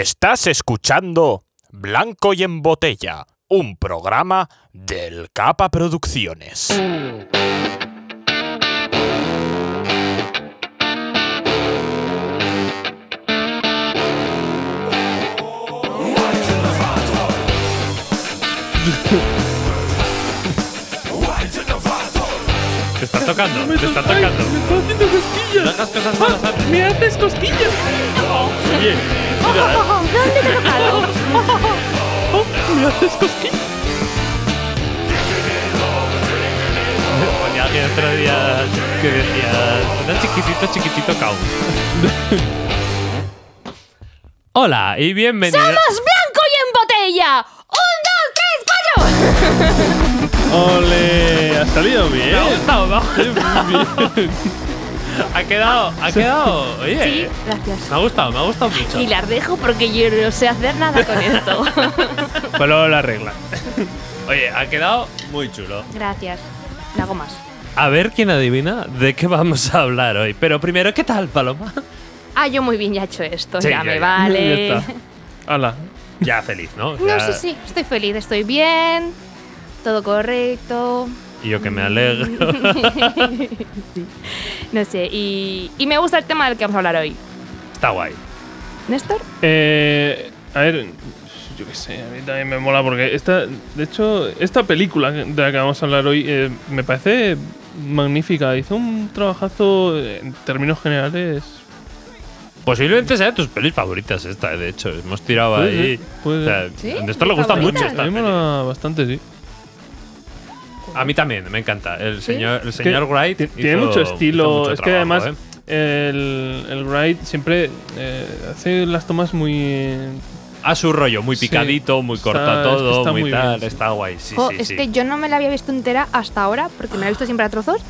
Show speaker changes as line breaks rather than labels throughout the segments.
Estás escuchando Blanco y en Botella, un programa del Capa Producciones.
Te están tocando, te están tocando.
Me está haciendo cosquillas.
No hagas cosas malas,
Ah,
Adri.
Me haces cosquillas.
Oye, mira, eh.
Oh, ¿Dónde me he tocado?
Oh, me haces cosquillas.
ponía alguien otro día que decía, "Una chiquitito, chiquitito cao. Hola y bienvenido.
¡Somos blanco y en botella! ¡Un, dos, tres,
Ole, ha salido bien.
Me ha gustado, me ha gustado.
Bien.
Ha quedado, ha quedado. Oye,
cuatro! Sí, gracias.
me ha gustado, me ha gustado mucho.
Y las dejo porque yo no sé hacer nada con esto.
Pues luego la regla.
Oye, ha quedado muy chulo.
gracias. No hago más.
A ver quién adivina de qué vamos a hablar hoy. Pero primero, ¿qué tal, Paloma?
Ah, yo muy bien ya he hecho esto.
Sí,
ya
ya,
me
ya.
vale.
Ya está. Hala.
Ya feliz, ¿no?
No,
Ya-
sí, sí. Estoy feliz, estoy bien. Todo correcto.
Y yo que me alegro.
No sé. Y, y me gusta el tema del que vamos a hablar hoy.
Está guay.
¿Néstor?
Eh, a ver, yo qué sé, a mí también me mola porque esta, de hecho, esta película de la que vamos a hablar hoy eh, me parece magnífica. Hizo un trabajazo eh, en términos generales.
Posiblemente sea de tus pelis favoritas esta, eh, de hecho. Hemos tirado
Puede
ahí.
ser, puede
O sea,
¿Sí?
a Néstor le gusta
¿Favoritas?
mucho
A
esta
mí me
peli.
mola bastante, sí.
A mí también, me encanta. El
¿Sí?
señor, el
que
señor Wright.
ti-
hizo-
Tiene mucho estilo.
hizo mucho
es que
trabajo,
además
¿eh?
el, el Wright siempre eh, hace las tomas muy. eh,
A su rollo, muy
Sí.
picadito, muy
Está-
corta
es que
todo,
está
muy,
muy bien,
tal.
sí.
Está guay, sí,
Jo,
sí,
es
sí.
que yo no me la había visto entera hasta ahora, porque me la he visto siempre a trozos,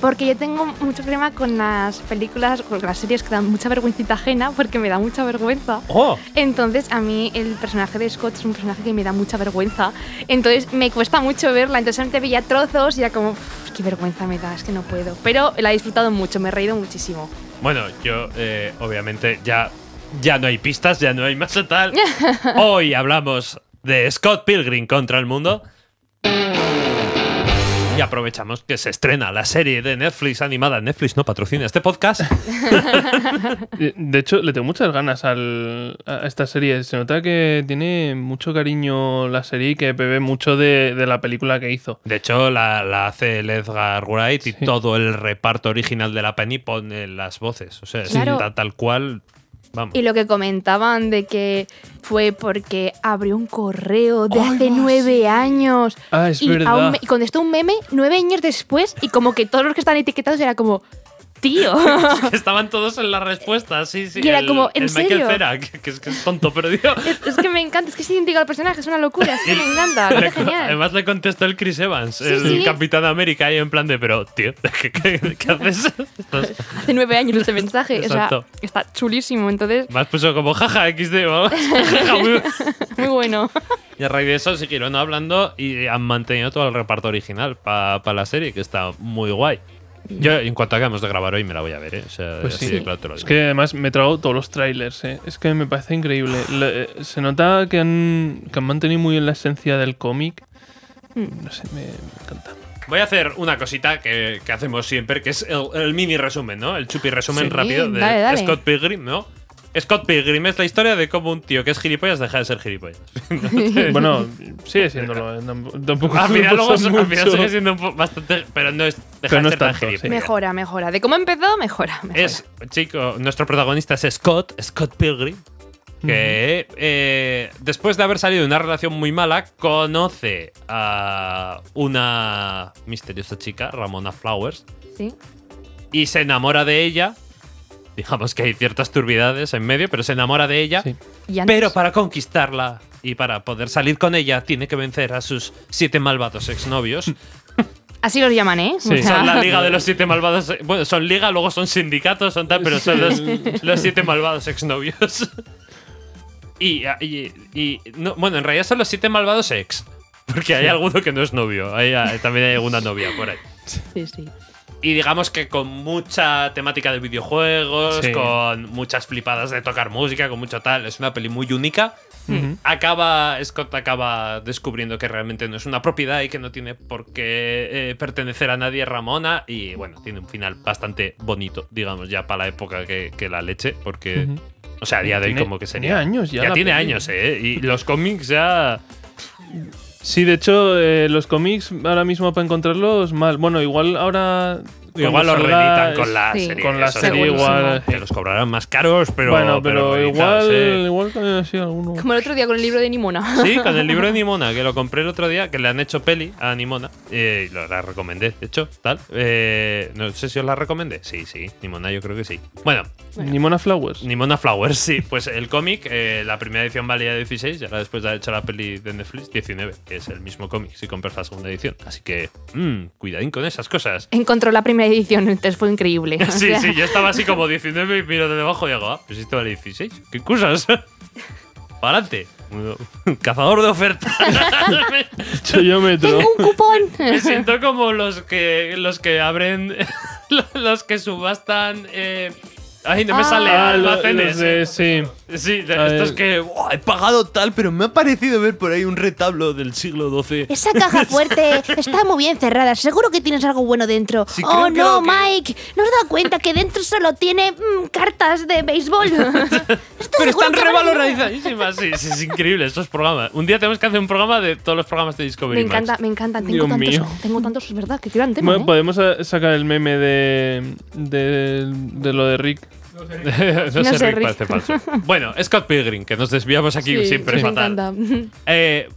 porque yo tengo mucho problema con las películas, con las series que dan mucha vergüencita ajena, porque me da mucha vergüenza.
¡Oh!
Entonces, a mí el personaje de Scott es un personaje que me da mucha vergüenza. Entonces, me cuesta mucho verla. Entonces, solamente veía trozos y era como, "Uf, qué vergüenza me da, es que no puedo. Pero la he disfrutado mucho, me he reído muchísimo.
Bueno, yo, eh, obviamente, ya, ya no hay pistas, ya no hay más tal. Hoy hablamos de Scott Pilgrim contra el mundo. Y aprovechamos que se estrena la serie de Netflix animada. Netflix no patrocina este podcast.
eh, De hecho, le tengo muchas ganas al, a esta serie. Se nota que tiene mucho cariño la serie y que bebe mucho de, de la película que hizo.
De hecho, la, la hace el Edgar Wright y todo el reparto original de la Penny pone las voces. O sea, es
Claro.
ta- tal cual. Vamos.
Y lo que comentaban de que fue porque abrió un correo de
Ay,
hace
va,
nueve años.
Ah, es
y
verdad.
aún me- y contestó un meme nueve años después y como que todos los que están etiquetados era como, tío.
Estaban todos en la respuesta, sí, sí.
Y era
el-
como, ¿en
el Michael
serio?
Cera, que, que es, que es tonto, pero digo.
es, es que me encanta, es que es idéntico al personaje, es una locura, es que me encanta,
le-
es genial.
además le contestó el Chris Evans,
Sí,
el
sí.
Capitán América, y en plan de, pero tío, ¿qué, qué- qué haces? Estás-
Hace nueve años este mensaje, o sea,
Exacto.
está chulísimo, entonces,
más puso como jaja XD, vamos, jaja, muy-
muy bueno.
Y a raíz de eso siguieron hablando y han mantenido todo el reparto original para la serie, que está muy guay. Yo, en cuanto acabemos de grabar hoy, me la voy a ver, ¿eh? O sea,
Pues
así
sí.
de claro te lo
Es
digo.
que además me trago todos los trailers, eh. es que me parece increíble. La- eh, se nota que han, que han mantenido muy bien la esencia del cómic. No sé, me, me encanta.
Voy a hacer una cosita que, que hacemos siempre, que es el, el mini resumen, ¿no? El chupi resumen
Sí,
rápido de
dale, dale.
Scott Pilgrim, ¿no? Scott Pilgrim es la historia de cómo un tío que es gilipollas deja de ser gilipollas.
Bueno, sigue siéndolo, eh. Tamp- tampoco
al final, luego,
pasa
al final
mucho.
sigue siendo un po- bastante. Pero no es. Deja
Pero no
de ser
es
tan
tanto,
gilipollas.
sí.
Mejora, mejora. De cómo empezó, mejora, mejora.
Es, chico, nuestro protagonista es Scott, Scott Pilgrim, que eh, después de haber salido de una relación muy mala, conoce a una misteriosa chica, Ramona Flowers,
¿Sí?
y se enamora de ella. Digamos que hay ciertas turbidades en medio, pero se enamora de ella.
Sí.
Y antes-
Pero para conquistarla y para poder salir con ella, tiene que vencer a sus siete malvados exnovios.
Así los llaman, ¿eh?
Sí.
Son la liga de los siete malvados. eh, Bueno, son liga, luego son sindicatos, son tal, pero son los, los siete malvados exnovios. Y, y- y- no, bueno, en realidad son los siete malvados eh, ex. Porque hay alguno que no es novio. hay- hay- también hay alguna novia por ahí.
Sí, sí.
Y digamos que con mucha temática de videojuegos,
Sí.
con muchas flipadas de tocar música, con mucho tal, es una peli muy única.
Ujú.
Acaba, Scott acaba descubriendo que realmente no es una propiedad y que no tiene por qué eh, pertenecer a nadie Ramona. Y bueno, tiene un final bastante bonito, digamos, ya para la época que, que la leche, porque,
Ujú.
o sea, a día de hoy
Tiene-
como que
tiene
sería.
años ya
Ya
la
tiene
peli.
años, ¿eh? Y los cómics ya.
Sí, de hecho, eh, los cómics ahora mismo para encontrarlos mal. Bueno, igual ahora. cuando
Igual los
salga
reeditan
es-
con la
Sí.
serie.
Con la
eso
serie
seguro.
igual.
Que los cobrarán más caros, pero.
bueno, pero,
reeditados,
igual,
¿eh?
igual que sí, alguno.
Como el otro día con el libro de Nimona.
Sí, con el libro de Nimona, que lo compré el otro día, que le han hecho peli a Nimona. eh, y lo, la recomendé, de hecho, tal. Eh, no sé si os la recomendé. Sí, sí, Nimona yo creo que sí. Bueno,
Ni Mona Flowers.
Nimona Flowers, sí. Pues el cómic, eh, la primera edición valía 16, y ahora después de haber hecho la peli de Netflix, 19, que es el mismo cómic si compras la segunda edición. Así que, mmm, cuidadín con esas cosas.
Encontró la primera edición, entonces fue increíble. O
Sí,
sea,
sí, yo estaba así como 19 y miro de debajo y digo, ah, pues esto vale 16. ¿Qué cosas? Para adelante. Cazador de ofertas.
Soy yo metro.
¡Tengo un
Me
cupón!
siento como los que los que abren los que subastan eh, ay no me
Ah.
sale
Ah, lo-
almacenes
los de- sí.
sí de
Ah,
estos
el-
que "Buah, he pagado tal pero me ha parecido ver por ahí un retablo del siglo XII
Esa caja fuerte está muy bien cerrada. Seguro que tienes algo bueno dentro.
Sí,
oh
creo- creo
no,
que-
Mike. ¿No has dado cuenta que dentro solo tiene mm, cartas de béisbol? Esto
pero
seguro
están
que habrá-
revalorizadísimas sí, sí, es increíble esos programas un día tenemos que hacer un programa de todos los programas de
Me
Discovery Max.
encanta, me encantan. Tengo
Dios
tantos,
mío.
tengo tantos, es verdad, que tiran tema,
Bueno,
¿eh?
podemos eh, sacar el meme de, de, de lo de Rick.
no, sé,
sé,
Rick,
Rick.
parece falso. Bueno, Scott Pilgrim, que nos desviamos aquí
¿eh? Sí,
siempre
sí, me
fatal.
encanta.
Eh,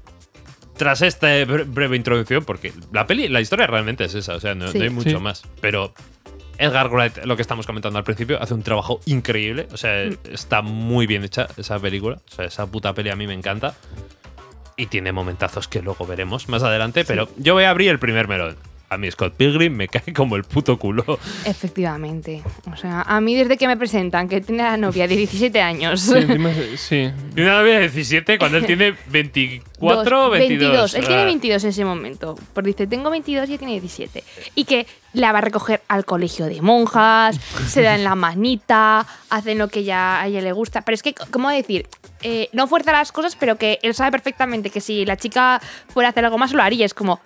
tras esta bre- breve introducción, porque la peli, la historia realmente es esa, o sea, no,
Sí.
no hay mucho
Sí.
más. Pero Edgar Wright, lo que estamos comentando al principio, hace un trabajo increíble. O sea,
Mm.
está muy bien hecha esa película. O sea, esa puta peli a mí me encanta. Y tiene momentazos que luego veremos más adelante, pero yo voy a abrir el primer melón. A mí Scott Pilgrim me cae como el puto culo.
Efectivamente. O sea, a mí desde que me presentan que tiene a la novia de 17 años.
Sí, encima es- sí.
Y una novia de 17 cuando él tiene 24 o
Dos,
22.
Él tiene
Ah.
22 en ese momento. Porque dice, tengo 22 y él tiene 17. Y que la va a recoger al colegio de monjas, se dan la manita, hacen lo que ya a ella le gusta. Pero es que, ¿cómo decir? Eh, no fuerza las cosas, pero que él sabe perfectamente que si la chica fuera a hacer algo más, lo haría. Es como,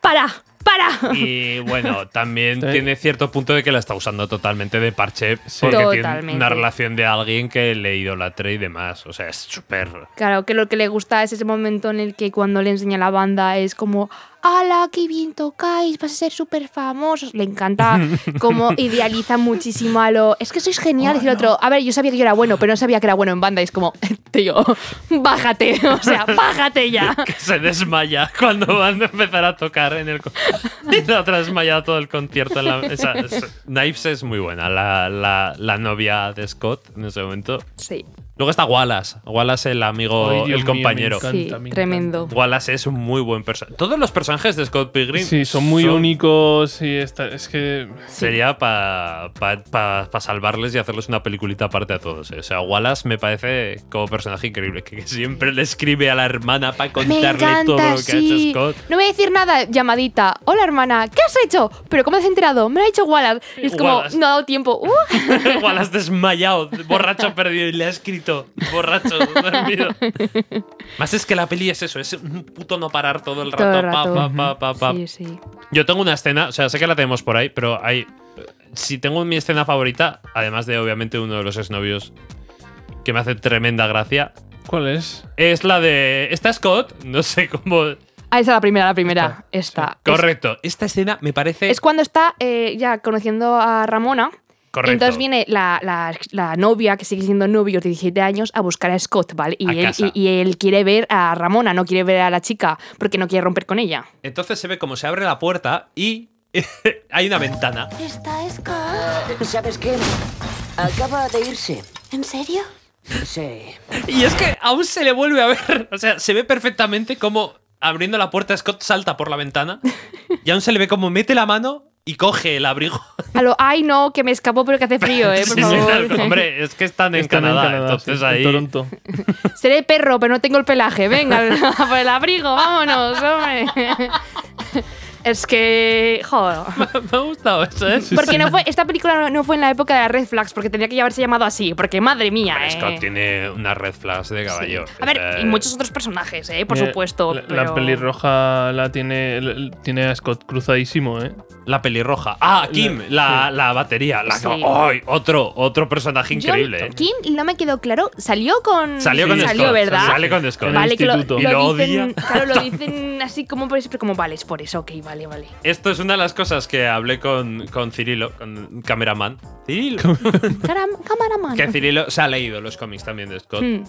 ¡para! ¡Para!
Y bueno, también
Sí.
tiene cierto punto de que la está usando totalmente de parche
Sí.
porque tiene
Totalmente.
una relación de alguien que le idolatra y demás. O sea, es súper.
Claro, que lo que le gusta es ese momento en el que cuando le enseña la banda es como, ¡Hala, qué bien tocáis! Vas a ser súper famosos. Le encanta como idealiza muchísimo a lo. Es que sois geniales. Y el otro, a ver, yo sabía que yo era bueno, pero no sabía que era bueno en banda. Y es como, tío, bájate. O sea, bájate ya.
que se desmaya cuando van a empezar a tocar en el. con- y la otra desmaya todo el concierto. En la esa- es- Knives es muy buena, la, la- la novia de Scott en ese momento.
Sí,
Luego está Wallace. Wallace, el amigo,
Ay, Dios mío,
el
me
compañero.
encanta.
sí,
me
tremendo.
Wallace es un muy buen personaje. Todos los personajes de Scott Pilgrim
Sí, son muy
son-
únicos y esta- es que.
Sería para salvarles y hacerles una peliculita aparte a todos. ¿eh? O sea, Wallace me parece como personaje increíble, que, que siempre le escribe a la hermana para
Me
contarle
encanta,
todo lo que
sí.
ha hecho Scott.
No voy a decir nada, llamadita. Hola, hermana, ¿qué has hecho? ¿Pero cómo te has enterado? Me lo ha hecho Wallace. Y es como,
Wallace.
no ha dado tiempo. Uh.
Wallace desmayado, borracho perdido y le ha escrito borracho dormido. Más es que la peli es eso, es un puto no parar todo el rato.
Todo el
pa,
rato.
pa, pa, pa, pa.
Sí, sí.
Yo tengo una escena, o sea, sé que la tenemos por ahí, pero hay. Si tengo mi escena favorita, además de obviamente uno de los exnovios que me hace tremenda gracia,
¿Cuál es?
es la de. Está Scott, no sé cómo.
Ah, esa es la primera, la primera. Esta. Es-
Correcto. Esta escena me parece.
Es cuando está eh, ya conociendo a Ramona.
correcto.
Entonces viene la, la- la novia, que sigue siendo novios de 17 años, a buscar a Scott, ¿vale? Y,
A
él,
casa.
y, y él quiere ver a Ramona, no quiere ver a la chica, porque no quiere romper con ella.
Entonces se ve como se abre la puerta y. hay una ventana.
¿Está Scott?
¿Sabes qué? Acaba de irse.
¿En serio?
Sí.
Y es que aún se le vuelve a ver. O sea, se ve perfectamente como abriendo la puerta Scott salta por la ventana y aún se le ve como mete la mano y coge el abrigo.
A lo, ay no, que me escapó, pero que hace frío, ¿eh? Por
Sí, sí,
favor.
tal- hombre, es que están en,
Están
Canadá, entonces
sí, en
ahí.
Toronto.
Seré perro, pero no tengo el pelaje. Venga, por el abrigo, vámonos, hombre. Es que. Joder.
Me ha gustado eso, ¿eh?
Porque no fue, esta película no- no fue en la época de las red flags, porque tenía que haberse llamado así. Porque madre mía,
Pero
eh.
Scott tiene una red flash de caballo.
A ver,
Eh,
y muchos otros personajes, eh, por
Eh,
supuesto.
La,
pero-
la pelirroja la tiene, la- tiene a Scott cruzadísimo, ¿eh?
La pelirroja. Ah, Kim, la, la batería. La
Sí.
¡Ay! Otro, otro personaje
John
increíble. ¿eh?
Kim, no me quedó claro, salió con.
Salió con
Sí.
Scott.
¿verdad?
Sale con Scott.
En el
Vale, que lo,
instituto.
Y lo
dicen,
odia.
claro, lo dicen así como por siempre, como vale, es por eso, ok, vale, vale.
Esto es una de las cosas que hablé con, con Cirilo, con cameraman. Cirilo.
Caram- Camaraman.
que Cirilo se ha leído los cómics también de Scott.
Mm,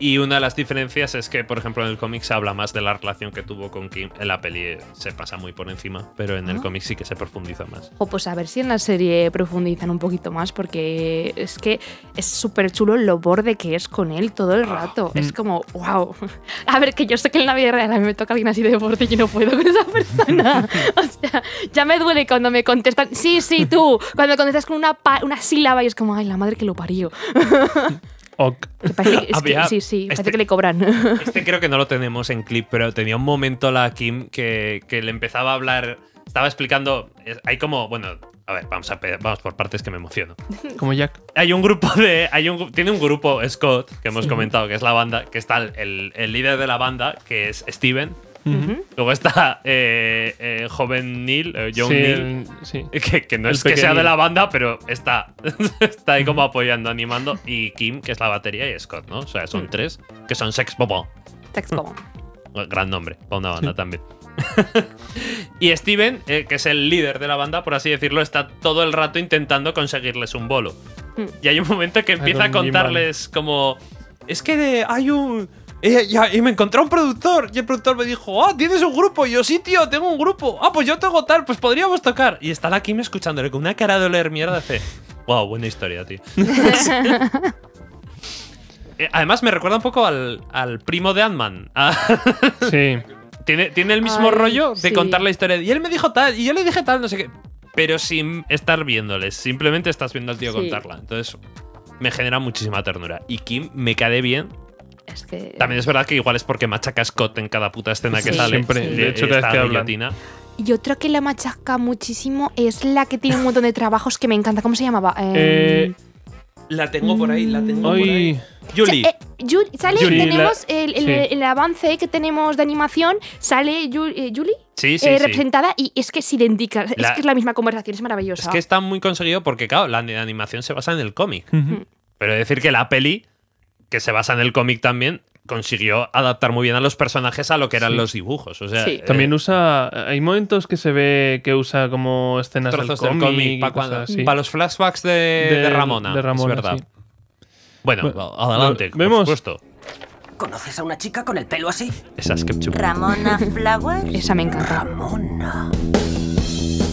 Y una de las diferencias es que, por ejemplo, en el cómic se habla más de la relación que tuvo con Kim. En la peli eh, se pasa muy por encima, pero en
Ah.
el cómic sí que se profundiza más.
O pues a ver si en la serie profundizan un poquito más, porque es que es súper chulo lo borde que es con él todo el
Ah,
rato.
mm.
Es como, wow. A ver, que yo sé que en la vida real a mí me toca alguien así de borde y yo no puedo con esa persona. o sea, ya me duele cuando me contestan, sí, sí, tú. Cuando me contestas con una, pa- una sílaba y es como, ay, la madre que lo parió.
Ok.
Que parece que- es que-
Había-
sí, sí, parece
este-
que le cobran.
Este creo que no lo tenemos en clip, pero tenía un momento la Kim que, que le empezaba a hablar. Estaba explicando. es- Hay como. Bueno, a ver, vamos, a, pe- vamos por partes que me emociono.
Como Jack.
Hay un grupo de. Hay un, gru- tiene un grupo, Scott, que hemos comentado, que es la banda, que está el- el, el líder de la banda, que es Steven. Luego está eh, eh, joven Neil, eh, Young
sí,
Neil.
el- sí.
Que, que no
el
es que sea de
pequeñín.
la banda, pero está, está ahí como apoyando, animando. Y Kim, que es la batería, y Scott, ¿no? O sea, son tres que son sex bobo.
Sex bomb.
Gran nombre para una banda también. y Steven, eh, que es el líder de la banda, por así decirlo, está todo el rato intentando conseguirles un bolo.
Mm.
Y hay un momento que empieza a
Iron Man.
contarles como... Es que de- hay un... eh, ya- y me encontré un productor. Y el productor me dijo, ah, tienes un grupo. Y yo, sí, tío, tengo un grupo. Ah, pues yo tengo tal, pues podríamos tocar. Y está la Kim escuchándole con una cara de oler mierda. Hace, wow, buena historia, tío. Eh, Además, me recuerda un poco al, al primo de Ant-Man. a-
Sí.
tiene, tiene el mismo
Ay,
rollo de
sí.
contar la historia. de, Y él me dijo tal, y yo le dije tal, no sé qué. Pero sin estar viéndoles. Simplemente estás viendo al tío
Sí.
contarla. Entonces, me genera muchísima ternura. Y Kim me cae bien.
Es que.
También es verdad que igual es porque machaca a Scott en cada puta escena que
Sí,
sale.
siempre.
Y-
De hecho,
y
cada vez
está
que hablan.
guillotina.
Y otra que la machaca muchísimo es la que tiene un montón de trabajos que me encanta. ¿Cómo se llamaba?
Eh,
La tengo por ahí, la tengo por ahí.
hoy.
Julie.
Sa- eh, Yuri- sale,
Yuri,
tenemos
la-
el, el-
sí.
el avance que tenemos de animación, sale Yu- eh, Julie
Sí, sí,
eh,
sí.
representada y es que se identifica,
La-
es que es la misma conversación, es maravillosa.
Es que está muy conseguido porque, claro, la animación se basa en el cómic.
Hmm.
Ujú.
Pero decir que la peli, que se basa en el cómic también, consiguió adaptar muy bien a los personajes a lo que eran
Sí.
los dibujos. O sea,
Sí.
eh,
También usa. Hay momentos que se ve que usa como escenas del
trozos del
cómic.
cómic
y
para
cosas así.
los flashbacks de, de Ramona.
de Ramona,
es verdad.
sí.
Bueno,
Bueno,
adelante,
bueno, vemos.
por supuesto.
¿Conoces a una chica con el pelo así?
Esa es Ketchup.
Ramona Flowers
Esa me encanta.
Ramona.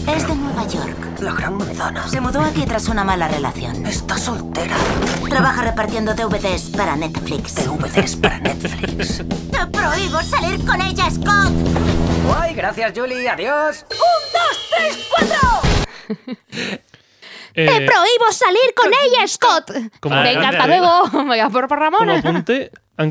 es de Nueva York.
La gran manzana.
Se mudó aquí tras una mala relación.
Está soltera.
Trabaja repartiendo DVDs para Netflix.
DVDs para Netflix.
¡Te prohíbo salir con ella, Scott!
Guay, gracias, Julie. Adiós.
Eh,
Te prohíbo salir con ella, Scott.
como,
Venga,
Adelante.
hasta luego. Venga, por, por
como
Ramona.
apunte, han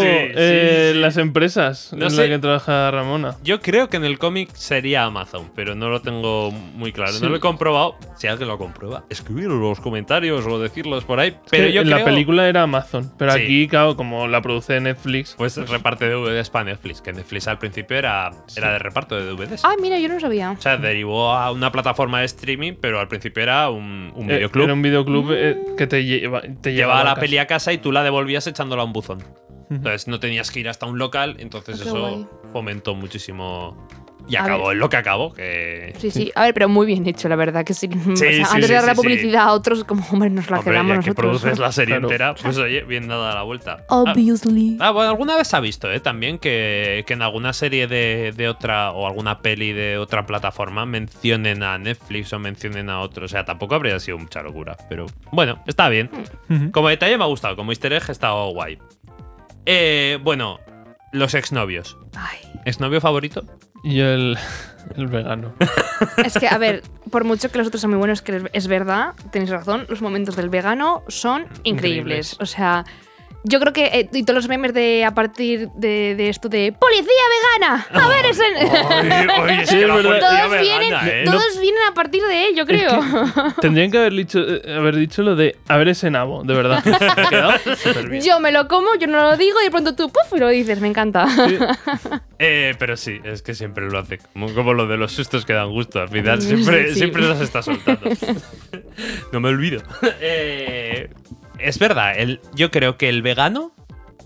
Sí, sí,
eh,
sí.
las empresas
No
en
sé.
las que trabaja Ramona.
Yo creo que en el cómic sería Amazon, pero no lo tengo muy claro.
Sí.
No lo he comprobado. Si alguien lo comprueba, escribirlo en los comentarios o decirlos por ahí.
Es
Pero
que
yo
en
creo,
la película era Amazon, pero
Sí.
aquí, claro, como la produce Netflix,
Pues reparte DVDs para Netflix, que Netflix al principio era, era de reparto de DVDs.
Ah, mira, yo no lo sabía.
O sea, derivó a una plataforma de streaming, pero al principio era un, un
eh,
videoclub.
era un videoclub eh, que te, lleva, te
Llevaba la
casa.
peli a casa y tú la devolvías echándola a un buzón. Entonces no tenías que ir hasta un local, entonces
Ah, qué
eso
guay.
fomentó muchísimo. Y
A
acabó en lo que acabó, que.
Sí, sí. A ver, pero muy bien hecho, la verdad, que sí. O sea,
sí,
antes
sí,
de dar la
sí, sí.
publicidad a otros, como, hombre, nos la
Hombre, ya
quedamos
que
nosotros.
produces la serie
Claro.
entera, pues oye, bien dada la vuelta. Ah,
Obviously.
Ah, bueno, alguna vez se ha visto, ¿eh? También que, que en alguna serie de, de otra o alguna peli de otra plataforma mencionen a Netflix o mencionen a otro. O sea, tampoco habría sido mucha locura, pero bueno, está bien.
Ujú.
Como detalle me ha gustado, como easter egg está guay. Eh, bueno, los exnovios.
Ay.
¿Exnovio favorito?
Y el, el vegano.
Es que, a ver, por mucho que los otros son muy buenos, que es verdad, tenéis razón, los momentos del vegano son increíbles.
Increíbles.
O sea, Yo creo que. eh, y todos los memes de a partir de, de esto de. ¡Policía vegana! A ver, es el-
Oh. es
Sí,
que
es
la
verdad.
policía
todos
me
vienen,
gana, ¿eh?
todos vienen a partir de él, yo creo.
Tendrían que haber dicho, eh, haber dicho lo de haber ese nabo, de verdad. Me ha quedado súper bien.
Yo me lo como, yo no lo digo y de pronto tú puff y lo dices, me encanta.
Eh, pero sí, es que siempre lo hace. Como, como lo de los sustos que dan gusto. Al final siempre,
Sí.
siempre los está soltando. no me olvido. Eh, es verdad, el- yo creo que el vegano.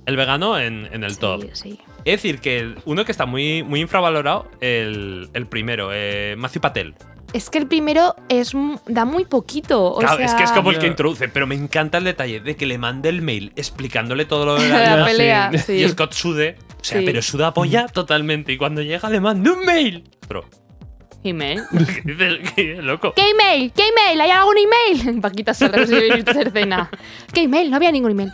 El vegano en, en el top.
Sí, sí.
Es decir, que el- uno que está muy, muy infravalorado, el, el primero, eh, Matthew Patel.
Es que el primero es m- da muy poquito. o
Claro, es que es
sea,
como el que
Ya.
introduce, pero me encanta el detalle de que le mande el mail explicándole todo lo de la
la
guerra.
pelea. Sí.
Y Scott sude. O sea,
Sí.
pero suda polla totalmente. Y cuando llega le manda un mail. Pero,
Email.
¿qué dices? ¿Qué, loco?
¿Qué email? ¿Qué email? ¿Hay algún email? Paquita Salas y Víctor Cena. ¿Qué email? No había ningún email.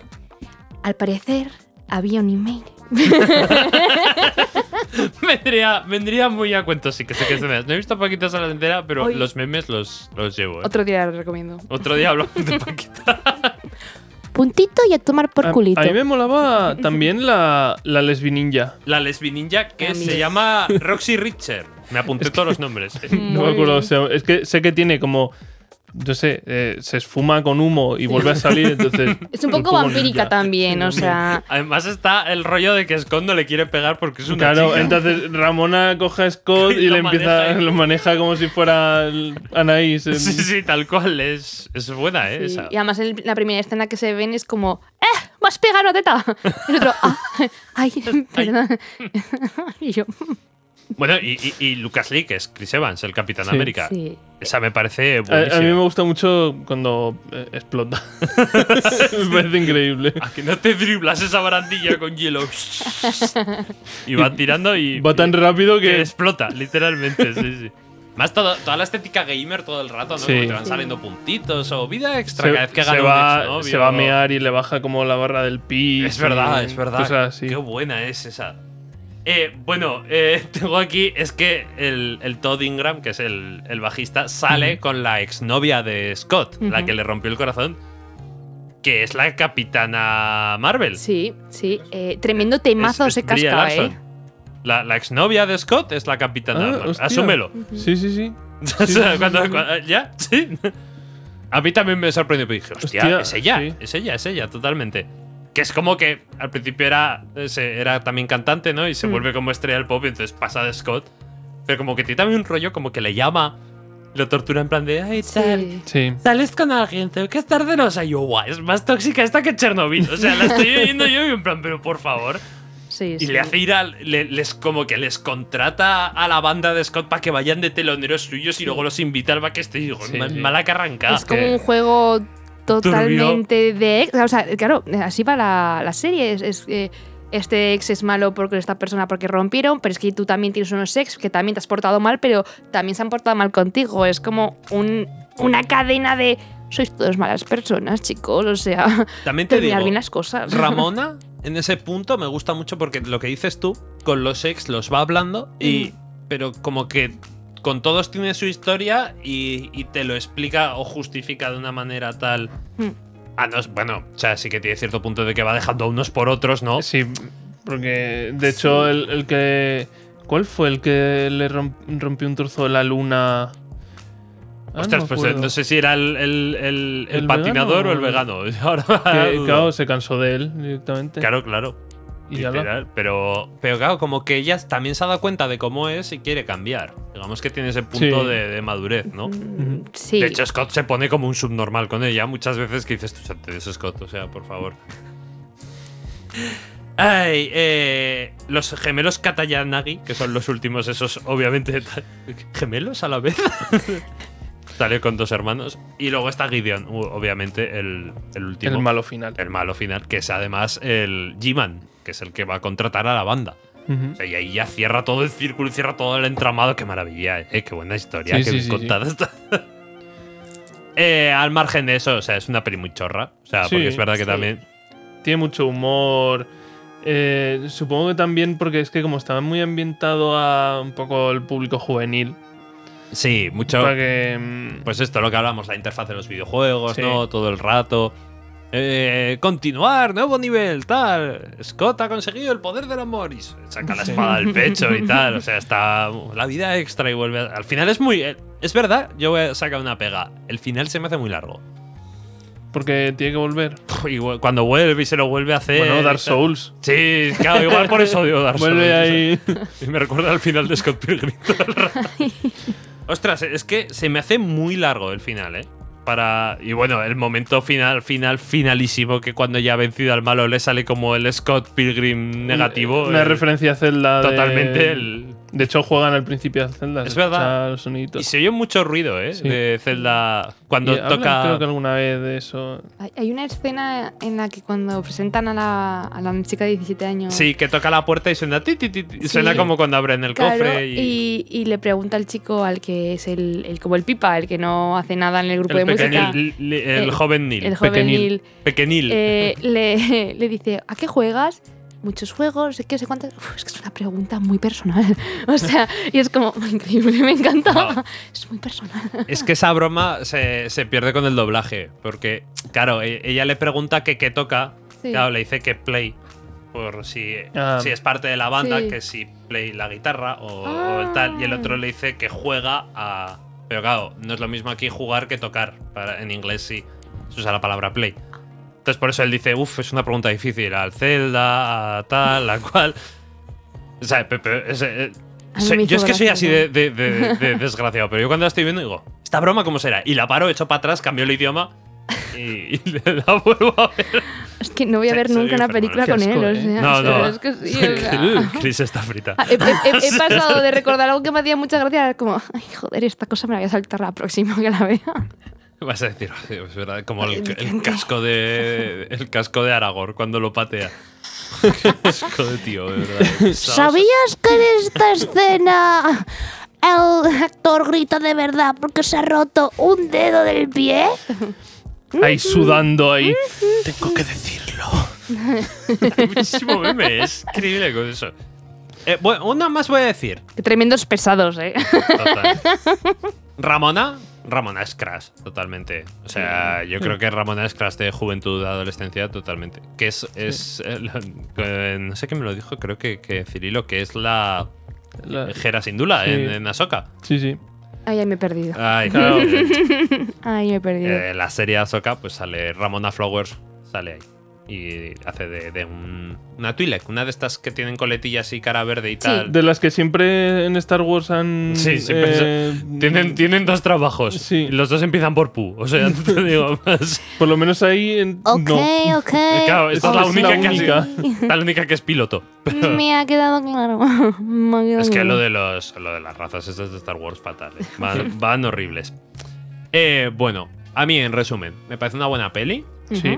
Al parecer, había un email.
vendría, vendría muy a cuento, sí, que sé que se me- No he visto Paquitas a la entera, pero
Hoy-
los memes los, los llevo. ¿eh? Otro,
Otro día lo recomiendo.
día hablamos de Paquita.
Puntito y a tomar por
A,
culito.
a mí me molaba también la, la lesbininja.
La lesbininja que
También.
se llama Roxy Richter. Me apunté todos los nombres.
No me
Muy
acuerdo,
bien.
o sea, es que sé que tiene como, no sé, eh, se esfuma con humo y vuelve a salir, entonces...
Es un poco vampírica también, o sea.
Además está el rollo de que Scott no le quiere pegar porque es una
Claro,
chica.
entonces Ramona coge a Scott
Y
y,
lo
le empieza,
maneja ahí.
lo maneja como si fuera el- Anaís. en-
Sí, sí, tal cual. Es, es buena, ¿eh?
Sí,
Esa.
Y además en la primera escena que se ven es como, ¡eh! ¡Vas pegado una teta! El otro, "Ah, ¡ay! Perdón. y yo,
Bueno, y, y- y Lucas Lee, que es Chris Evans, el Capitán
Sí.
América.
sí.
Esa me parece
A,
buenísima.
a mí me gusta mucho cuando eh, explota. me parece increíble.
A que no te driblas esa barandilla con hielo. y va tirando y.
Va tan rápido
que
que...
explota, literalmente, sí, sí. Más todo- toda la estética gamer todo el rato, ¿no?
Sí.
Como te van saliendo puntitos o vida extra cada vez que
Se,
gana
se
un
va,
exnovio.
se va a mear y le baja como la barra del pis.
Es verdad,
y
es verdad.
cosas así.
Qué buena es esa. Eh, bueno, eh, tengo aquí, es que el, el Todd Ingram, que es el, el bajista, sale con la exnovia de Scott, la
Ujú.
que le rompió el corazón, que es la capitana Marvel.
Sí, sí. eh, tremendo temazo
Es-
se
es Brie
casca,
Larson.
¿eh?
La, la exnovia de Scott es la capitana
Ah,
Marvel.
hostia.
Asúmelo.
Sí, sí, sí.
O sea, cuando- cuando- ¿Ya? ¿Sí? A mí también me sorprendió, pero dije, hostia,
Hostia,
es ella,
sí.
es ella, es ella, totalmente. Que es como que al principio era, ese- era también cantante, ¿no? Y se vuelve como estrella del pop, y entonces pasa de Scott. Pero como que tiene también un rollo, como que le llama, lo tortura en plan de, ay, tal.
Sí.
Sí.
Sales con alguien, tengo que estar de los yo, guau, es más tóxica esta que Chernobyl. O sea, la estoy oyendo yo y en plan, pero por favor.
Sí,
Y
sí.
le hace ir al- le- les como que les contrata a la banda de Scott para que vayan de teloneros suyos y luego los invita al backstage. Digo,
Sí,
ma-
sí.
mala que arrancada.
Es como un juego totalmente de ex. O sea, claro, así va la, la serie. Es, es, eh, este ex es malo porque esta persona porque rompieron, pero es que tú también tienes unos ex que también te has portado mal, pero también se han portado mal contigo. Es como un- una cadena de sois todos malas personas, chicos. O sea,
También te digo,
terminar bien las cosas.
Ramona en ese punto me gusta mucho porque lo que dices tú con los ex los va hablando y
Mm.
pero como que con todos tiene su historia y, y te lo explica o justifica de una manera tal.
Mm.
Ah, no, es- bueno, o sea, sí que tiene cierto punto de que va dejando a unos por otros, ¿no?
Sí, porque de hecho el, el que... ¿Cuál fue el que le romp- rompió un trozo de la luna? Ah,
Ostras,
me
pues eh,
acuerdo.
no sé si era el, el- el- el
¿El
patinador
vegano?
o el vegano. Ahora
Que,
dudo.
claro, se cansó de él directamente.
Ah, uh. claro, claro.
y ya la-
Literal, Pero, pero claro, como que ella también se ha dado cuenta de cómo es y quiere cambiar. Digamos que tiene ese punto
Sí.
de, de madurez, ¿no?
Mm, Sí.
De hecho, Scott se pone como un subnormal con ella muchas veces que dices, tú salte de eso, Scott, o sea, por favor. Ay, eh, los gemelos Katayanagi, que son los últimos, esos obviamente ta- gemelos a la vez. Sale con dos hermanos. Y luego está Gideon, u- obviamente el, el último.
el malo final.
El malo final, que es además el G-Man, que es el que va a contratar a la banda.
Ujú.
O sea, y ahí ya cierra todo el círculo y cierra todo el entramado. Qué maravilla, eh, qué buena historia,
Sí,
qué
sí,
bien
sí,
contada está. Eh, al margen de eso, o sea, es una peli muy chorra. O sea,
Sí,
porque es verdad que
sí.
también.
Tiene mucho humor. Eh, supongo que también porque es que como estaba muy ambientado a un poco el público juvenil.
Sí, mucho.
Para que... mm,
Pues esto, lo que hablamos, la interfaz de los videojuegos,
Sí.
¿no? Todo el rato. eh, continuar, nuevo nivel, tal. Scott ha conseguido el poder del amor y se saca la espada del pecho y tal. O sea, está la vida extra y vuelve. a- Al final es muy. eh, Es verdad, yo voy a sacar una pega. El final se me hace muy largo.
Porque tiene que volver.
Y vu- cuando vuelve y se lo vuelve a hacer.
bueno, Dark
y tal.
Souls.
Sí, claro, igual por eso digo Dark Souls.
Vuelve ahí.
Y me recuerda al final de Scott Pilgrim. todo el rato. Ostras, es que se me hace muy largo el final, ¿eh? Para, y bueno, el momento final, final, finalísimo, que cuando ya ha vencido al malo le sale como el Scott Pilgrim negativo.
Una
el-
referencia a Zelda. de-
Totalmente el-
De hecho, juegan al principio a Zelda.
Es
se escucha
verdad.
el sonidito.
Y se oye mucho ruido, ¿eh?
Sí.
De Zelda.
Y
Cuando
hablan,
toca.
Creo que alguna vez de eso.
Hay- Hay una escena en la que cuando presentan a la, a la chica de 17 años.
Sí, que toca la puerta y suena. ti, ti, ti, ti, y
Sí.
Suena como cuando abren el
Claro,
cofre. Y,
y... y le pregunta al chico al que es el, el- como el pipa, el que no hace nada en el grupo
el,
de
pequeñil-
música.
li- el
Eh,
joven Neil.
el joven
pequeñil.
Neil,
Pequeñil.
eh, le, le dice, ¿a qué juegas? Muchos juegos, sé qué, sé cuántas. Uf, es que es una pregunta muy personal. O sea, y es como, increíble, me encanta.
Wow.
Es muy personal.
Es que esa broma se, se pierde con el doblaje, porque, claro, e- ella le pregunta que qué toca,
Sí.
claro, le dice que play, por si,
Ah.
si es parte de la banda,
Sí.
que si play la guitarra o,
Ah.
o el tal, y el otro le dice que juega a... Pero claro, no es lo mismo aquí jugar que tocar, para- en inglés sí, se usa la palabra play. Entonces por eso él dice, uff, es una pregunta difícil, al Zelda, a tal, a cual... O sea, Pepe, ese, eh,
A mí
soy-
me hizo
yo es que soy
gracia,
así
¿no?
de, de- de- de desgraciado, pero yo cuando la estoy viendo digo, ¿esta broma cómo será? Y la paro, echo para atrás, cambio el idioma y, y la vuelvo a ver.
Es que no voy a
Sí,
ver
soy
nunca una
enfermo,
película
qué
con
asco,
él. O
¿eh?
sea,
No,
pero
no.
es que sí, o sea.
Chris está frita.
Ah, He, he- he- he pasado de recordar algo que me hacía mucha gracia a como, ay, joder, esta cosa me la voy a saltar la próxima que la vea.
Vas a decir, "Hostia, es verdad, como el, el casco de el casco de Aragorn cuando lo patea. casco de tío, de verdad.
¿Sabías que en esta escena el actor grita de verdad porque se ha roto un dedo del pie?
Ahí sudando ahí. Tengo que
Hay muchísimo meme, es increíble con eso. Eh, bueno, una más voy a decir.
Qué tremendos pesados, ¿eh?
Total. Ramona, Ramona es Crash, totalmente. O sea,
Mm.
yo creo que Ramona es Crash de juventud, adolescencia, totalmente. Que es, es eh, la- eh, no sé quién me lo dijo, creo que, que Cirilo, que es la eh,
La-
Jera Sindula
Sí.
en, en Ahsoka.
Sí, sí.
Ay, ay, me he perdido.
Ay,
Claro.
Ay, me he perdido.
eh, la serie Ahsoka, pues sale Ramona Flowers, sale ahí. Y hace de, de un- una Twi'lek, una de estas que tienen coletillas y cara verde y tal.
De las que siempre en Star Wars han.
Sí, siempre
eh,
Tienen, tienen dos trabajos. Y
Sí.
Los dos empiezan por Pu. O sea, no te digo más.
Por lo menos ahí. En,
Ok,
no.
ok.
Eh, Claro, esta es
Esta
la
es la
única, que ha
única.
sido- esta es la única que es piloto.
Me ha quedado claro. Me ha quedado
Es que
claro.
lo de los lo de las razas estas de Star Wars fatales. Van, van horribles. Eh, bueno, a mí en resumen, me parece una buena peli.
Sí.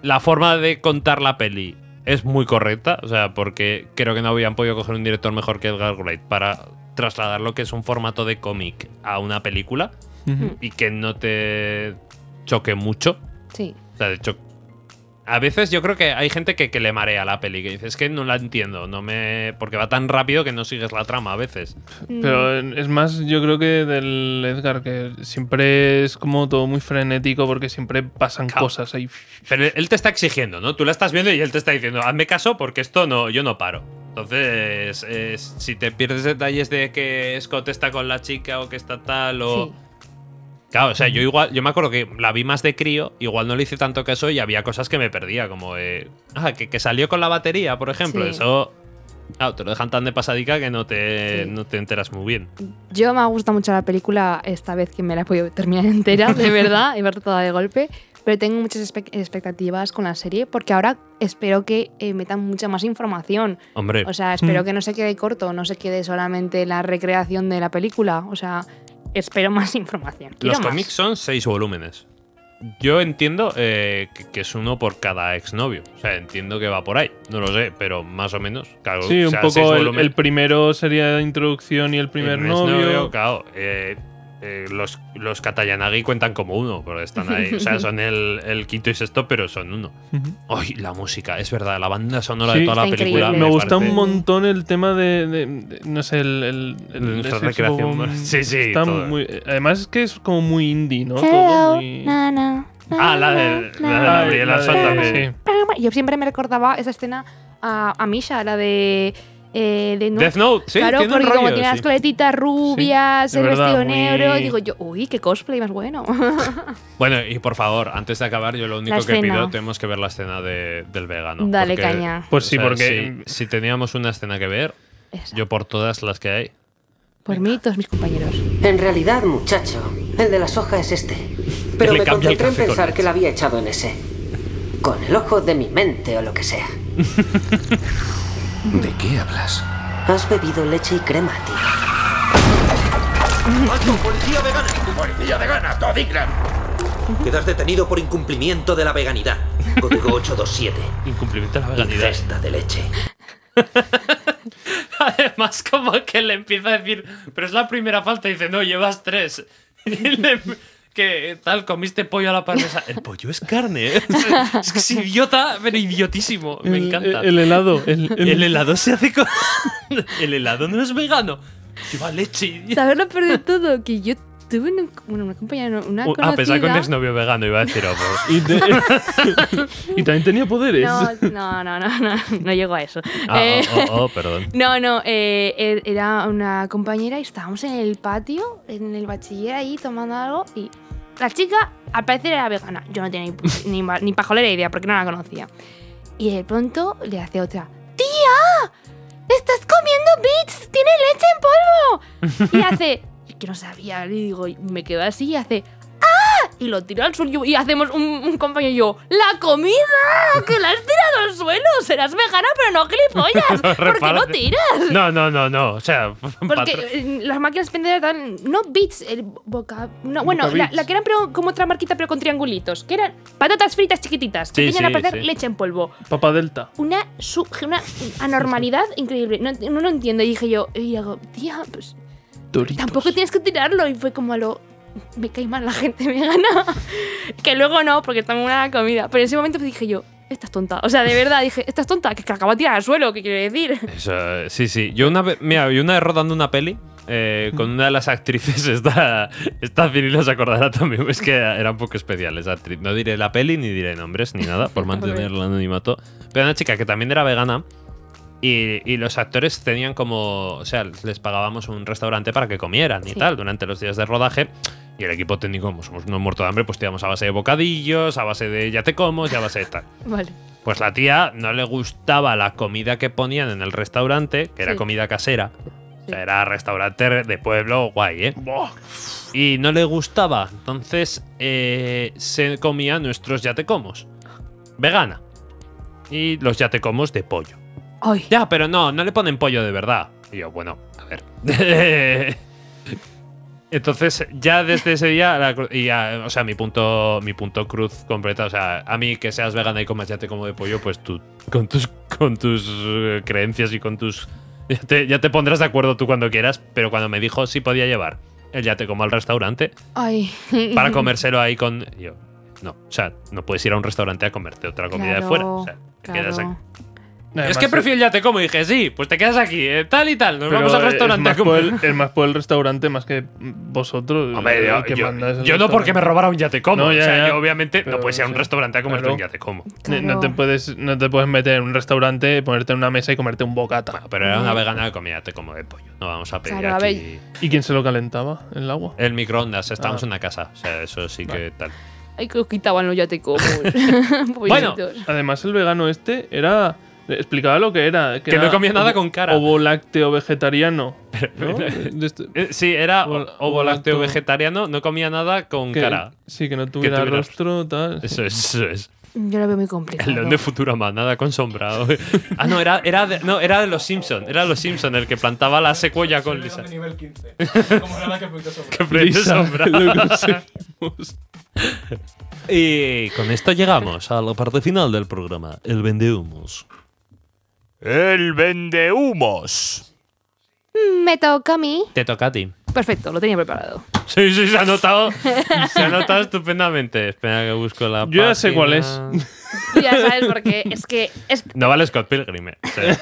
La forma de contar la peli es muy correcta, o sea, porque creo que no habían podido coger un director mejor que Edgar Wright para trasladar lo que es un formato de cómic a una película
Ujú.
y que no te choque mucho.
Sí.
O sea, de hecho, a veces yo creo que hay gente que, que le marea la peli, que dice, es que no la entiendo, no me porque va tan rápido que no sigues la trama a veces.
Pero es más, yo creo que del Edgar, que siempre es como todo muy frenético porque siempre pasan
Claro.
cosas ahí.
Pero él te está exigiendo, ¿no? Tú la estás viendo y él te está diciendo, hazme caso porque esto no, yo no paro. Entonces, es- si te pierdes detalles de que Scott está con la chica o que está tal o...
Sí.
Claro, o sea, yo igual, yo me acuerdo que la vi más de crío, igual no le hice tanto caso y había cosas que me perdía, como eh, ah, que, que salió con la batería, por ejemplo.
Sí.
Eso, claro, te lo dejan tan de pasadica que no te,
Sí.
no te enteras muy bien.
Yo me ha gustado mucho la película esta vez que me la he podido terminar entera, de verdad, y ver toda de golpe. Pero tengo muchas espe- expectativas con la serie porque ahora espero que eh, metan mucha más información.
Hombre,
O sea,
Mm.
espero que no se quede corto, no se quede solamente la recreación de la película. O sea, espero más información. Quiero
los
más.
cómics son seis volúmenes. Yo entiendo eh, que, que es uno por cada exnovio. O sea, entiendo que va por ahí. No lo sé, pero más o menos. Claro,
Sí,
o
un
sea, seis
poco el,
volúmenes-
el primero sería la introducción y el primer
Primer
novio.
claro. Eh, eh, los, los Katayanagi cuentan como uno, porque están ahí. O sea, son el, el quinto y sexto, pero son uno.
Ujú.
Ay, la música, es verdad, la banda sonora
Sí.
de toda la
Está
película.
increíble.
Me gusta
parece-
un montón el tema de, de- de- no sé, el, el,
De
el-
nuestra
ese
recreación,
como-
¿no? Sí, sí,
está
todo.
muy- además es que es como muy indie, ¿no? Todo
Hello,
muy-
Nana.
Ah, la de la de
Ah,
Gabriela
la de-
Santamaría.
sí.
Yo siempre me recordaba esa escena a, a Misha, la de. eh, de
Death Note, sí,
claro,
tiene un
porque como
rollo,
tiene las
sí.
coletitas rubias,
de
el
verdad,
vestido
muy-
negro, digo yo, uy, qué cosplay más bueno.
Bueno, y por favor, antes de acabar, yo lo único
La
que
escena.
pido, tenemos que ver la escena de- del vegano.
Dale caña.
Pues sí, porque-
Si, si teníamos una escena que ver,
Esa.
yo por todas las que hay.
Por mí y todos mis compañeros.
En realidad, muchacho, el de la soja es este. Pero
Le
me
cambia el
concentré en
café con
pensar
leche.
que la había echado en ese. Con el ojo de mi mente o lo que sea.
¿De qué hablas?
Has bebido leche y crema, tío.
¡Alto, policía vegana! ¡Policía vegana, Todd Ingram! Quedas detenido por incumplimiento de la veganidad. Código 827.
Incumplimiento de la veganidad.
Ingesta de leche.
Además, como que le empieza a decir, pero es la primera falta, y dice, no, llevas tres. Y le- em-, que tal, comiste pollo a la parmesa. El pollo es carne, ¿eh? Es que es idiota, pero idiotísimo. Me
El-
encanta.
El, helado. El, el-
El helado se hace con. El helado no es vegano. Lleva leche.
¿Sabes lo peor de todo? Que yo tuve una, bueno, una compañera, una
Uh,
conocida...
A pesar que un exnovio vegano iba a decir, oh, pues,
y, te- y también tenía poderes.
No, no, no, no, no, no llego a eso.
ah,
Eh,
oh, oh, oh, perdón.
No, no, eh, er- era una compañera y estábamos en el patio, en el bachiller ahí tomando algo y la chica al parecer era vegana. Yo no tenía ni, ni, ma- ni pajolera idea porque no la conocía. Y de pronto le hace otra, ¡Tía! ¡Estás comiendo bits! ¡Tiene leche en polvo! Y hace, "Es que no sabía, le digo, y me quedo así y hace, ¡Ah! Y lo tiro al suelo y hacemos un, un compañero y yo, ¡La comida! ¡Que la has tirado al suelo! Serás vegana, pero no gilipollas. ¿Por qué no
Repárate.
tiras?
No, no, no, no. O sea,
Porque
patro-
eh, las máquinas penderas dan. No bits, el boca. no, bueno,
Boca
la,
Beats.
la que eran pero como otra marquita, pero con triangulitos. Que eran patatas fritas chiquititas. Que
Sí,
tenían
sí,
a perder
sí.
leche en polvo.
Papá Delta.
Una, su- una anormalidad increíble. No, no lo entiendo. Y dije yo, y hago, tía, pues
Doritos.
tampoco tienes que tirarlo. Y fue como a lo. Me cae mal la gente vegana. que luego no, porque está muy buena la comida. Pero en ese momento pues, dije yo, estás tonta. O sea, de verdad, dije, estás tonta. Que que la acabo de tirar al suelo, ¿qué quiere decir?
Eso, eh, sí, sí. Yo una vez, mira, yo una vez rodando una peli eh, con una de las actrices, esta, esta Cirilo se acordará también, es que era un poco especial esa actriz. No diré la peli, ni diré nombres, ni nada, por mantener el anonimato. Pero era una chica que también era vegana y, y los actores tenían como, o sea, les pagábamos un restaurante para que comieran y
Sí.
tal durante los días de rodaje. Y el equipo técnico, como somos unos muertos de hambre, pues te íbamos a base de bocadillos, a base de ya te como, ya a base de tal.
Vale.
Pues la tía no le gustaba la comida que ponían en el restaurante, que era
Sí.
comida casera. O sea,
Sí.
era restaurante de pueblo guay, ¿eh? Y no le gustaba. Entonces eh, se comía nuestros yatecomos. Vegana. Y los yatecomos de pollo.
Ay.
Ya, pero no, no le ponen pollo de verdad. Y yo, bueno, a ver. Entonces, ya desde ese día, la cru- y ya, o sea, mi punto, mi punto cruz completa, o sea, a mí que seas vegana y comas ya te como de pollo, pues tú, con tus, con tus eh, creencias y con tus... Ya te, ya te pondrás de acuerdo tú cuando quieras, pero cuando me dijo si podía llevar el ya te como al restaurante
Ay.
para comérselo ahí con... y yo, no, o sea, no puedes ir a un restaurante a comerte otra comida de fuera. O sea, te quedas aquí.
claro.
Además, eh,
es que prefiero el yate como y dije, sí, pues te quedas aquí, eh, tal y tal, nos
pero
vamos al
es
restaurante a
más por
comer.
el- Es más por el restaurante más que vosotros.
Hombre,
el
yo,
que
yo-
manda es el
yo no porque me
restaurante.
robara un yate como.
No, ya,
o sea,
ya.
yo obviamente
Pero
no puedes ir a un
sí.
restaurante a comerte
Claro.
un yate como.
Claro.
No te, puedes, no te puedes meter en un restaurante, ponerte en una mesa y comerte un bocata.
Pero era una vegana que comía yate como de pollo. No vamos a pedir
Claro, a
aquí
¿Y quién se lo calentaba? ¿El agua?
el microondas. Estamos
Ah.
en una casa. O sea, eso sí que tal.
Ay, que os quitaban los ya te como.
Bueno.
Además, el vegano este era. Explicaba lo que era.
Que no
era
comía nada con cara.
Ovo lácteo vegetariano. ¿no? De este-
Eh, sí, era
O-
o- ovo lácteo
o-
vegetariano, no comía nada con
que-
cara.
Sí, que no tuviera,
tuviera-
rostro, tal.
Eso es, eso es.
Yo lo veo muy
El
complicado.
león de Futurama, nada con sombra. ah, no, era, era, de, no, era de los Simpson. Era de los Simpson el que plantaba la secuoya con Lisa.
nivel 15. Como nada que apunte sobre.
Que prende sombra.
lo conseguimos.
Y con esto llegamos a la parte final del programa, el vendehumos.
El vendehumos.
Me toca a mí.
Te toca a ti.
Perfecto, lo tenía preparado.
Sí, sí, se ha notado. se ha notado estupendamente. Espera que busco la
Yo ya sé
página.
cuál es.
Y ya sabes, porque es que. Es...
No vale Scott Pilgrim. eh. O sea,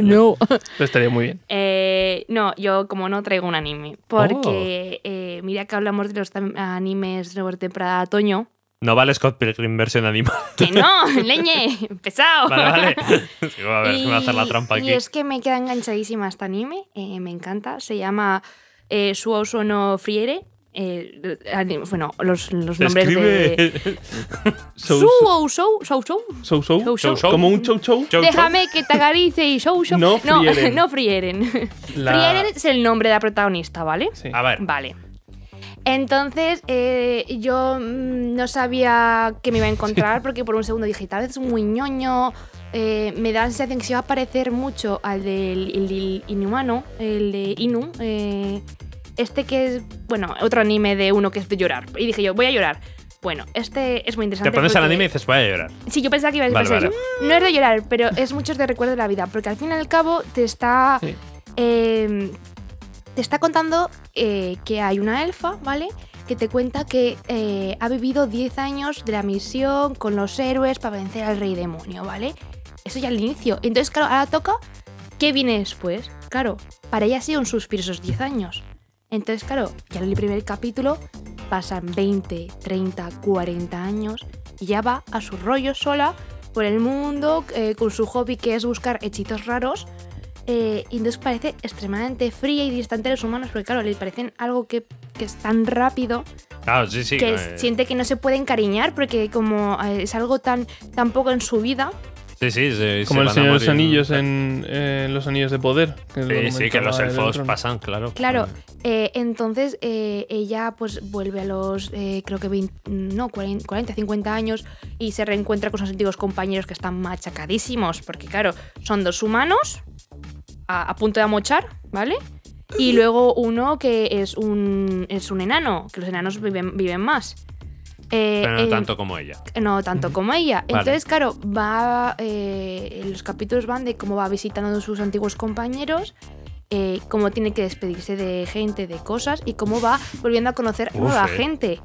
No.
Pero estaría muy bien.
Eh, no, yo como no traigo un
Oh.
anime. Porque eh, mira que hablamos de los tam- animes de temporada otoño.
No vale Scott Pilgrim versión animal.
¡Que no! ¡Leñe! ¡Pesado!
Vale, vale. Sí, a ver, me va a hacer la
Y-
trampa aquí.
Y es que me queda enganchadísima este anime, eh, me encanta. Se llama eh, Suo Sono Friere. eh, ani- bueno, los, los
Se
nombres de.
escribe-
Sou-
Suo Sou Sou Sou.
sou- sou-
Sou- sou.
sou- Como un chow chow.
Chou, chou.
Déjame que te acarice y Sou Sou.
No frieren.
no frieren.
La-
Frieren es el nombre de la protagonista, ¿vale?
Sí.
A ver.
Vale. Entonces, eh, yo mm, no sabía que me iba a encontrar porque por un segundo dije, tal vez es muy ñoño. eh, me da la sensación que se iba a parecer mucho al del el- el inhumano, el de Inu. eh, este que es, bueno, otro anime de uno que es de llorar. Y dije yo, voy a llorar. Bueno, este es muy interesante.
Te pones al
porque-
anime y dices, voy a llorar.
Sí, yo pensaba que iba a
Vale,
pasar
vale.
eso. No es de llorar, pero es muchos de recuerdo de la vida, porque al fin y al cabo te está.
Sí.
eh, te está contando eh, que hay una elfa, ¿vale? Que te cuenta que eh, ha vivido 10 años de la misión con los héroes para vencer al rey demonio, ¿vale? Eso ya al inicio. Entonces, claro, ahora toca. ¿Qué viene después? Claro, para ella ha sido un suspiro esos 10 años. Entonces, claro, ya en el primer capítulo pasan 20, 30, 40 años y ya va a su rollo sola por el mundo eh, con su hobby que es buscar hechizos raros. eh, y entonces parece extremadamente fría y distante de los humanos porque, claro, le parecen algo que, que es tan rápido
Claro, sí, sí.
que
eh,
siente que no se puede encariñar porque, como eh, es algo tan, tan poco en su vida,
Sí, sí, sí.
Como
se van
el
a
Señor de los
morir.
Anillos en eh, Los Anillos de Poder. Que es lo
Sí, sí, que los
comentaba el
elfos
otro, ¿no?
pasan, claro.
Claro, eh, entonces eh, ella pues vuelve a los, eh, creo que 20, no, 40, 40, 50 años y se reencuentra con sus antiguos compañeros que están machacadísimos, porque claro, son dos humanos a, a punto de amochar, ¿vale? Y luego uno que es un, es un enano, que los enanos viven, viven más. Eh,
Pero no
eh,
tanto como ella.
no tanto como ella.
Vale.
Entonces, claro, va. eh, los capítulos van de cómo va visitando a sus antiguos compañeros, eh, cómo tiene que despedirse de gente, de cosas, y cómo va volviendo a conocer
Uf,
nueva
eh.
gente.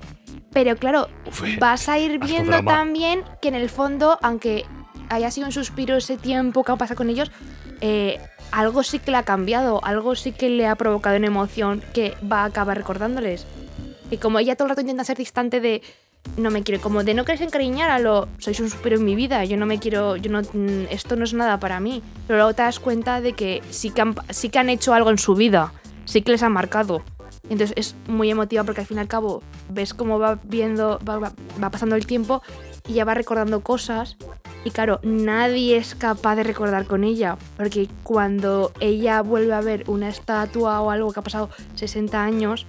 Pero claro,
Uf, eh.
vas a ir
Harto
viendo
drama.
también que en el fondo, aunque haya sido un suspiro ese tiempo que ha pasado con ellos, eh, algo sí que le ha cambiado, algo sí que le ha provocado una emoción que va a acabar recordándoles. Y como ella todo el rato intenta ser distante de no me quiero, como de no queréis encariñar a lo sois un suspiro en mi vida, yo no me quiero, yo no mm, esto no es nada para mí. Pero luego te das cuenta de que sí que han, sí que han hecho algo en su vida, sí que les ha marcado. Entonces es muy emotiva porque al fin y al cabo ves cómo va viendo, va, va- va pasando el tiempo y ya va recordando cosas. Y claro, nadie es capaz de recordar con ella, porque cuando ella vuelve a ver una estatua o algo que ha pasado 60 años,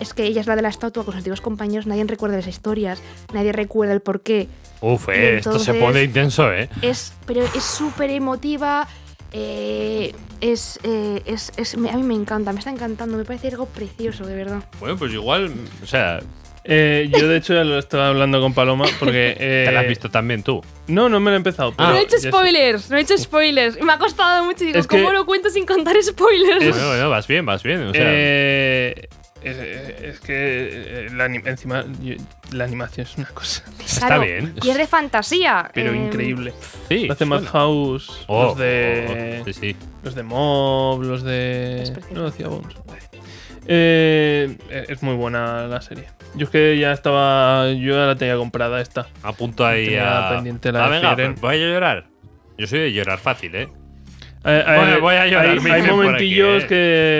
es que ella es la de la estatua con sus antiguos compañeros, nadie recuerda las historias, nadie recuerda el porqué.
Uf,
Y
eh, esto se
entonces-
pone intenso, ¿eh?
Es, pero es súper emotiva, eh, es, eh, es, es- me- a mí me encanta, me está encantando, me parece algo precioso, de verdad.
Bueno, pues igual, o sea,
Eh, yo, de hecho, ya lo estaba hablando con Paloma porque. Eh,
te la has visto también tú.
No, no me lo he empezado.
Ah.
pero
no he hecho
ya sé.
spoilers, no he hecho spoilers. Me ha costado mucho, digo,
Es que-
¿cómo lo cuento sin contar spoilers?
Es-
Bueno, bueno, vas bien, vas bien. O sea,
Eh, es, es que eh, la, anim- encima, yo- la animación es una cosa
está
Claro,
bien.
Y es de fantasía.
pero
em,
increíble.
sí,
Lo hace
suena.
Madhouse,
Oh,
los de
oh, sí, sí.
los de Mob, los de
Es
no
precioso.
lo hacía Bones. Eh, es muy buena la serie. Yo es que ya estaba, yo ya la tenía comprada esta.
Apunto ahí
Tenía
a.
pendiente la
ah,
de
venga,
Frieren.
voy a llorar. Yo soy de llorar fácil, ¿eh?
Eh, eh,
Voy- voy a llorar,
hay-
me
Hay,
dicen por aquí,
momentillos
eh.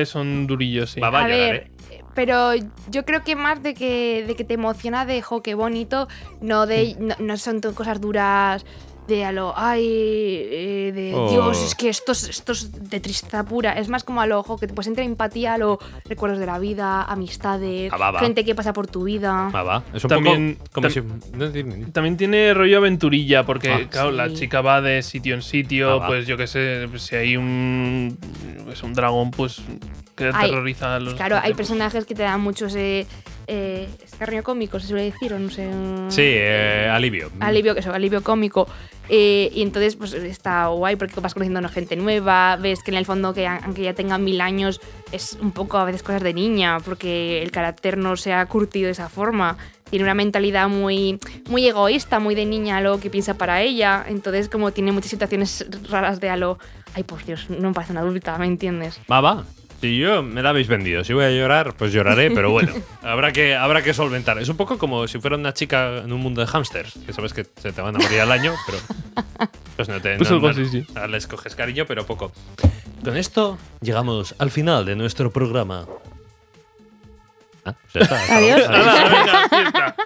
que son durillos, sí.
Va, va.
a
llorar, eh.
ver, pero yo creo que más de que, de que te emociona de jo, qué bonito, no de
Mm.
no, no son to- cosas duras de a lo ay eh, de
Oh.
Dios, es que esto es, esto es de tristeza pura. Es más como al ojo, que pues entra empatía a los recuerdos de la vida, amistades,
Ah, va, va.
gente que pasa por tu vida.
Ah, va. Es un
También-
poco. Como
tam-
si. no, dime.
También tiene rollo aventurilla, porque,
Ah,
claro,
sí.
la chica va de sitio en
Ah,
sitio,
va.
pues yo qué sé, si hay un. Es un dragón, pues. que
Hay-
aterroriza a los.
Claro, hay personajes que te dan mucho ese eh, escarnio cómico, se suele decir, o no sé. un-
Sí, eh, alivio.
alivio, eso, alivio cómico. Eh, y entonces, pues está guay porque vas conociendo a gente nueva, ves que en el fondo, que a- aunque ya tengan mil años, es un poco a veces cosas de niña, porque el carácter no se ha curtido de esa forma. Tiene una mentalidad muy, muy egoísta, muy de niña, lo que piensa para ella. Entonces, como tiene muchas situaciones raras de a lo, ay por Dios, no me parece una adulta, ¿me entiendes?
Va, va. Si yo me la habéis vendido, si voy a llorar, pues lloraré, pero bueno, habrá que, habrá que solventar. Es un poco como si fuera una chica en un mundo de hámsters, que sabes que se te van a morir al año, pero. Pues no te.
Pues
no-
algo
no-
así, sí.
no les coges cariño, pero poco. Con esto llegamos al final de nuestro programa. Ah, pues ya está.
Adiós.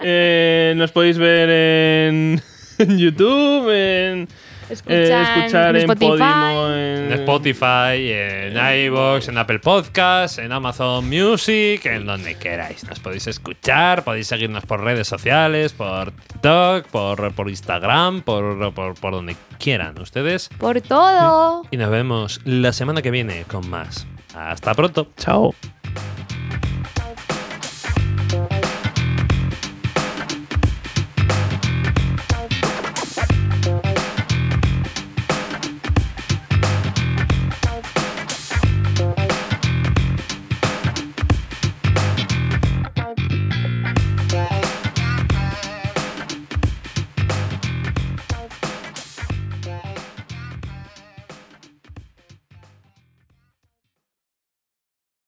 Eh, nos podéis ver en, en YouTube, en eh, escuchar en Podimo, en,
En Spotify, en iVoox, en Apple Podcasts, en Amazon Music, en donde queráis. Nos podéis escuchar, podéis seguirnos por redes sociales, por TikTok, por, por Instagram, por, por, por donde quieran ustedes.
Por todo.
Y nos vemos la semana que viene con más. Hasta pronto.
Chao.